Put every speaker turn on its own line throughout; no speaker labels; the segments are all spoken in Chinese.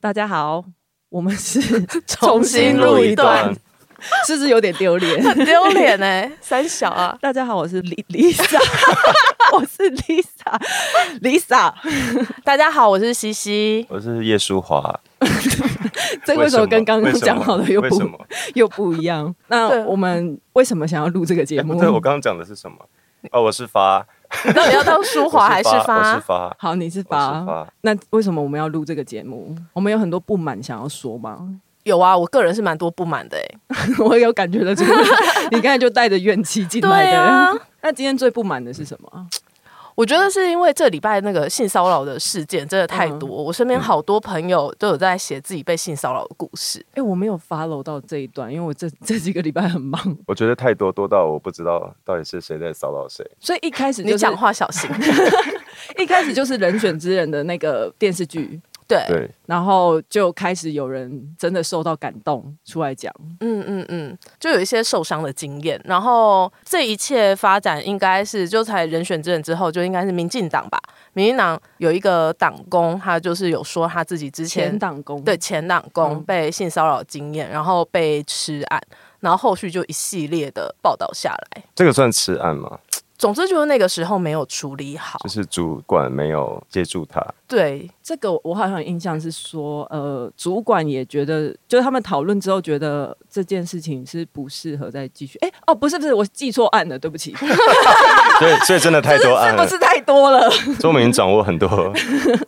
大家好，我们是
重新录一段，
是不是有点丢脸？
很丢脸哎，三小啊，
大家好，我是 Li- Lisa，我是 Lisa，Lisa，
大家好，我是西西，
我是叶淑华。
这为什么跟刚刚讲好的又
为什
不
么？ 哎
又不一样？那
对
我们为什么想要录这个节
哎，
目
不？对，我刚刚讲的是什么？哦，我是发，
你到底要当舒
我
华还是
我
发
是？发，
好，你是
我是
吧
吧？
那为什么我们要录这个节目？我们有很多不满想要说吗？
有啊，我个人是蛮多不满的哎，
我有感觉得出来，你刚才就带着怨气进来
对啊
的。那今天最不满的是什么？
我觉得是因为这礼拜那个性骚扰的事件真的太多，我身边好多朋友都有在写自己被性骚扰的故事。
哎、我没有 follow 到这一段，因为我这这几个礼拜很忙，
我觉得太多多到我不知道到底是谁在骚扰谁。
所以一开始就
你
是
讲话小心，
一开始就是《人选之人》的那个电视剧，
对，
对，
然后就开始有人真的受到感动，出来讲。
嗯嗯嗯，就有一些受伤的经验。然后这一切发展应该是就才人选之人之后，就应该是民进党吧。民进党有一个党工，他就是有说他自己之前
前党工
对前党工
嗯
被性骚扰经验，然后被吃案，然后后续就一系列的报道下来。
这个算吃案吗？
总之就是那个时候没有处理好，
就是主管没有接住他，
对
这个，我好像有印象是说，呃，主管也觉得，就是他们讨论之后觉得这件事情是不适合再继续。哎、哦，不是不是，我记错案了，对不起，
所以所以真的太多案
是不
了，
是太多了？
说明掌握很多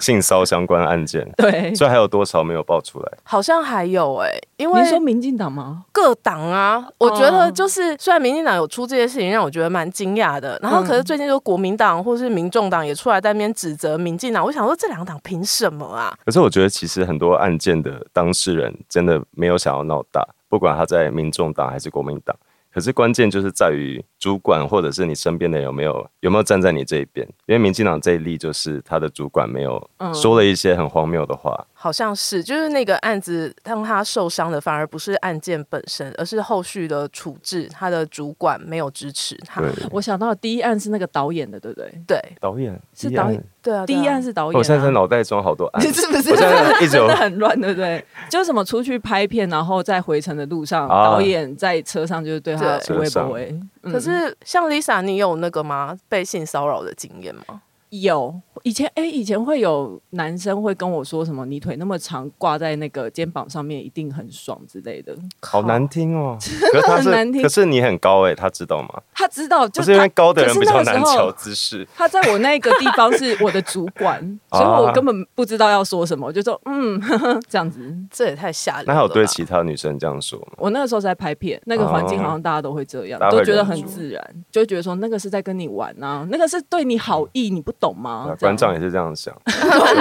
性骚相关案件。
对，
所以还有多少没有爆出来？
好像还有哎、因为
您说民进党吗？
各党啊，我觉得就是、虽然民进党有出这些事情，让我觉得蛮惊讶的。然后，可是最近就国民党或是民众党也出来在那边指责民进党，我想说这两个党凭什么啊？
可是我觉得其实很多案件的当事人真的没有想要闹大，不管他在民众党还是国民党。可是关键就是在于主管或者是你身边的有没有有没有站在你这一边，因为民进党这一例就是他的主管没有
嗯
说了一些很荒谬的话，
好像是，就是那个案子让他受伤的，反而不是案件本身，而是后续的处置，他的主管没有支持他。
对，
我想到第一案是那个导演的，对不对？
对
导演
是
立案
导演
对啊，
第一
对啊
案是导演、啊，
哦我现在脑袋中好多案
你， 是不是
我现在 一直
真
有
的很乱，对不对？就是什么出去拍片，然后在回程的路上，
啊
导演在车上就是对他
对
微
车上
博哎，嗯
可是像 Lisa，你有那个吗？被性骚扰的经验吗？
有以前哎、以前会有男生会跟我说什么，你腿那么长，挂在那个肩膀上面一定很爽之类的。
好难 听哦。可是他
很难听
是，可是你很高哎，他知道吗？
他知道，
不
就是
因
他
为高的人比较
可是那
难
个时候
调姿势，
他在我那个地方是我的主 管，
啊
所以我根本不知道要说什么，我就说嗯 呵呵这样子。
这也太吓人了吧。
那还有
啊
对其他女生这样说吗？
我那个时候是在拍片，那个环境
哦
好像大家都会这样，
大家
都
会
觉得
忍
很
住
自然，就会觉得说那个是在跟你玩啊，那个是对你好意，你不懂吗？这样
啊馆长也是这样 想。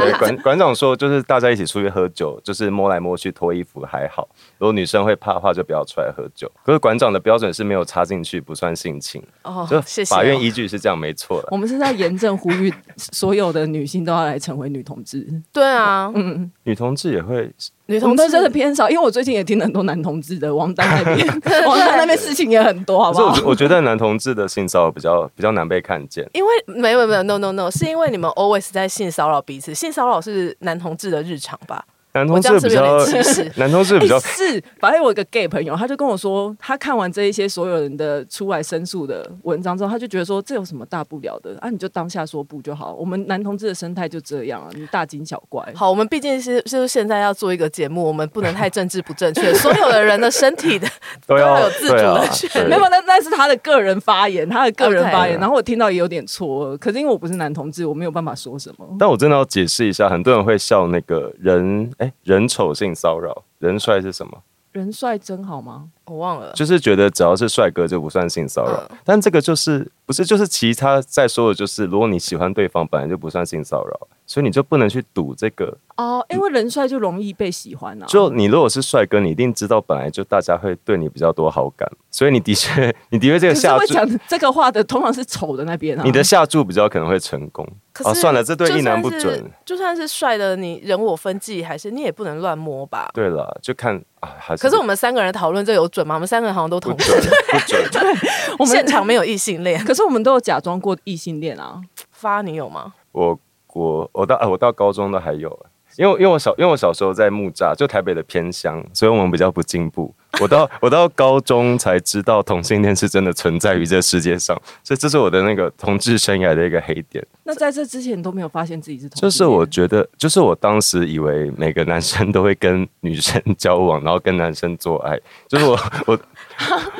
对馆馆长说，就是大家一起出去喝酒，就是摸来摸去脱衣服还好。如果女生会怕的话，就不要出来喝酒。可是馆长的标准是没有插进去不算性侵，
哦
就，
谢谢哦。哦
法院依据是这样，没错了。
我们是在严正呼吁所有的女性都要来成为女同志。
对啊，
嗯，
女同志也会，
女
我
同
们
志
真的偏少，因为我最近也听了很多男同志的王丹那边， 王丹那边事情也很多，好
可
不
是我
好
觉？我觉得男同志的性骚扰比较比较难被看见。
因为没有没有 no no no，是因为你们 always 在性骚扰彼此，性骚扰是男同志的日常吧？
男
我
同
这
志
样是不是有，点
比较
歧视？ 哎
男同志比较
诶哎是，反正我有一个 gay 朋友，他就跟我说，他看完这一些所有人的出来申诉的文章之后，他就觉得说这有什么大不了的啊？你就当下说不就好。我们男同志的生态就这样啊，你大惊小怪。
好，我们毕竟是就是现在要做一个节目，我们不能太政治不正确，所有的人的身体的
都
都
要
有自主
对啊
的权，
没有，那那是他的个人发言，他的个人
OK
发言。然后我听到也有点错愕，可是因为我不是男同志，我没有办法说什么。
但我真的要解释一下，很多人会笑那个人，哎、人丑性骚扰，人帅是什么？
人帅真好吗？
我忘了。
就是觉得只要是帅哥就不算性骚
嗯
扰。但这个就是不是就是其他在说的，就是如果你喜欢对方，本来就不算性骚扰，所以你就不能去赌这个。
哦，因为人帅就容易被喜欢啊。
就你如果是帅哥，你一定知道本来就大家会对你比较多好感，所以你的确你的确这个
可是
下
会
注，
讲这个话的，通常是丑的那边啊。
你的下注比较可能会成功。
可
哦，
是
算了，这对
就
一男
算
不
是
准。
就算是帅的，你人我分际，还是你也不能乱摸吧？
对了，就看啊，还是
可是我们三个人讨论这有准吗？我们三个人好像都
不
同意，
准不准，
我们
现场没有异性恋。
可是我们都有假装过异性恋啊。
发你有吗？
我我我到啊我到高中都还有，欸因为因为我小因为我小时候在木栅，就台北的偏乡，所以我们比较不进步。我到我到高中才知道同性恋是真的存在于这世界上，所以这是我的那个同志生涯的一个黑点。
那在这之前你都没有发现自己是同性
就
恋，
是我觉得，就是我当时以为每个男生都会跟女生交往，然后跟男生做爱，就是我我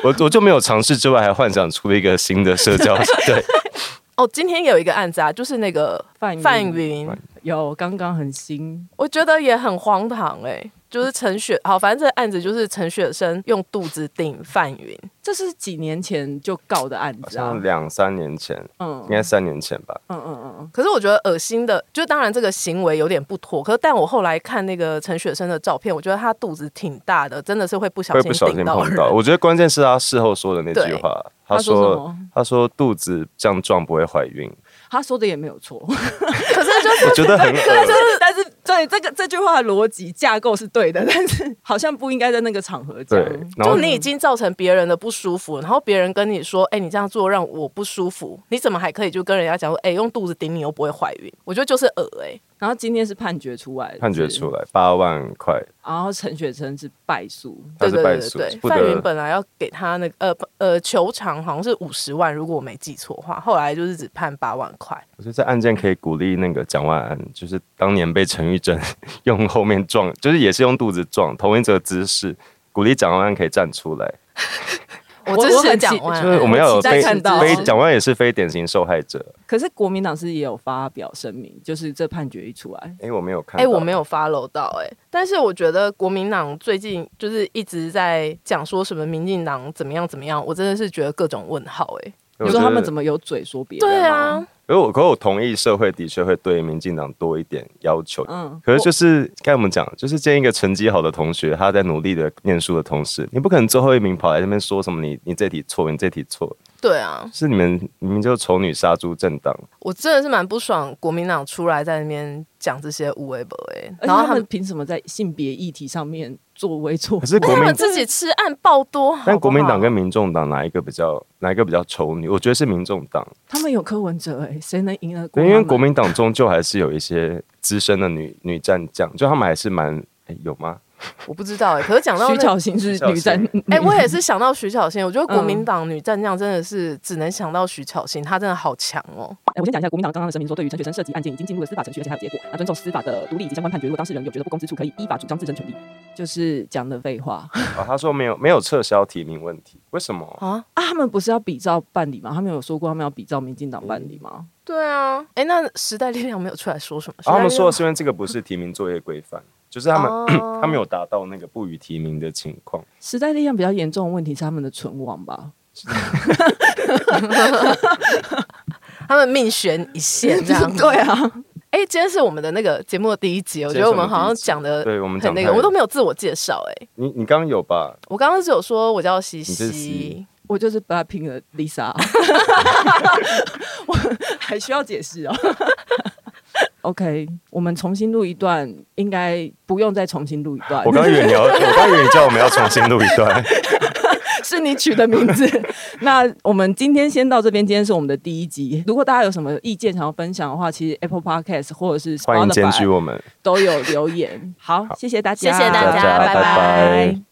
我我就没有尝试之外，还幻想出一个新的社交对。
哦，今天有一个案子啊，就是那个
范云
范云，
有刚刚很新，
我觉得也很荒唐哎、就是陈雪，好，反正这个案子就是陈雪生用肚子顶范云，
这是几年前就告的案
好
子啊
像。两三年前，
嗯
应该三年前吧，
嗯嗯嗯嗯，
可是我觉得恶心的，就当然这个行为有点不妥，可是但我后来看那个陈雪生的照片，我觉得他肚子挺大的，真的是会不小
会
心
不小心
顶到
碰
人。
到。我觉得关键是他事后说的那句
对
话，
他
他
说什
说
么
他说肚子这样撞不会怀孕，
他说的也没有错，
可是就是
我觉得很
但是
恶。
但是对这个这句话的逻辑架构是对的， 但是好像不应该在那个场合讲
对。，然
就
后
你已经造成别人的不舒服，然后别人跟你说：“哎、你这样做让我不舒服。”你怎么还可以就跟人家讲说：“哎、用肚子顶你又不会怀孕？”我觉得就是恶哎、
然后今天是判决出来，
判决
是
出来八万块，
然后陈雪生是败诉，
他
对
是
对
败
对
诉
对，，对
不
范云
得
本来要给他那个呃不呃球场好像是五十万，如果我没记错的话，后来就是只判八万块。
我觉得这案件可以鼓励那个蒋万安，就是当年被陈玉珍 用后面撞，就是也是用肚子撞，同一则姿势，鼓励蒋万安可以站出来。
我
我
支
我
持
很
蒋
期
万安，
就是我们要
期
有
待
非
看到
非
哦
蒋万安也是非典型受害者。
可是国民党是也有发表声明，就是这判决一出来，
哎、我没有看，
哎、我没。有 follow 到哎、但是我觉得国民党最近就是一直在讲说什么民进党怎么样怎么样，我真的是觉得各种问号哎、
你
我觉
说
得
他们怎么有嘴说别人？
对啊，，
可是我，可是我同意社会的确会对民进党多一点要求。
嗯
可是就是该怎么讲，就是见一个成绩好的同学，他在努力的念书的同时，你不可能最后一名跑来那边说什么你你这题错，你这题错，
对啊，
是你们你们就丑女杀猪政党，
我真的是蛮不爽国民党出来在那边讲这些无为不为，
而且
然后
他
他
们
们
凭什么在性别议题上面作威作福？
可是国
他
民
们自己吃案爆多好不好，
但国民党跟民众党哪一个比较哪一个比较丑女？我觉得是民众党，
他们有柯文哲哎、谁能赢得过
对
他
因
们？
为国民党终究还是有一些资深的女女战将，就他们还是蛮、诶有吗？
我不知道哎、可是讲到
徐
那。
巧芯是
徐巧芯
女战，
哎、我也是想到徐巧芯，我觉得国民党女战将真的是只能想到徐巧芯，她真的好强哦。
哎我先讲一下国民党刚刚的声明说，对于陈学生涉及案件已经进入了司法程序，而且还有结果，啊那尊重司法的独立以及相关判决。如果当事人有觉得不公之处，可以依法主张自身权利。就是讲的废话
啊，他说没有没有撤销提名问题，为什么？
啊，
啊！他们不是要比照办理吗？他们有说过他们要比照民进党办理吗？
对啊，哎、那时代力量没有出来说什么？
然后他们说的
时
是因为这个不是提名作业规范，就是他们、
哦
他们有达到那个不予提名的情况。
时代力量比较严重的问题是他们的存亡吧？
代力量他们命悬一线 这样。
对啊，
哎、今天是我们的那个节目的第一集，我觉
今天
得
是我
我
们
们好
第一
像
集
讲的
对我们
很
讲
那
太
个，我都没有自我介绍哎、
你你刚刚有吧？
我刚刚只有说我叫西
你是
西
西，
我就是 BLACKPINK 的 Lisa，我还需要解释哦。OK，我们重新录一段，应该不用再重新录一段。
我刚以为你要，我刚以为你叫我们要重新录一段。
是你取的名 字。那我们今天先到这边，今天是我们的第一集。如果大家有什么意见想要分享的话，其实 Apple Podcast 或者是
欢迎检举
Spotify
我们，
都有留言。好，谢谢大家，
谢谢大
大
家
家
拜
拜
拜
拜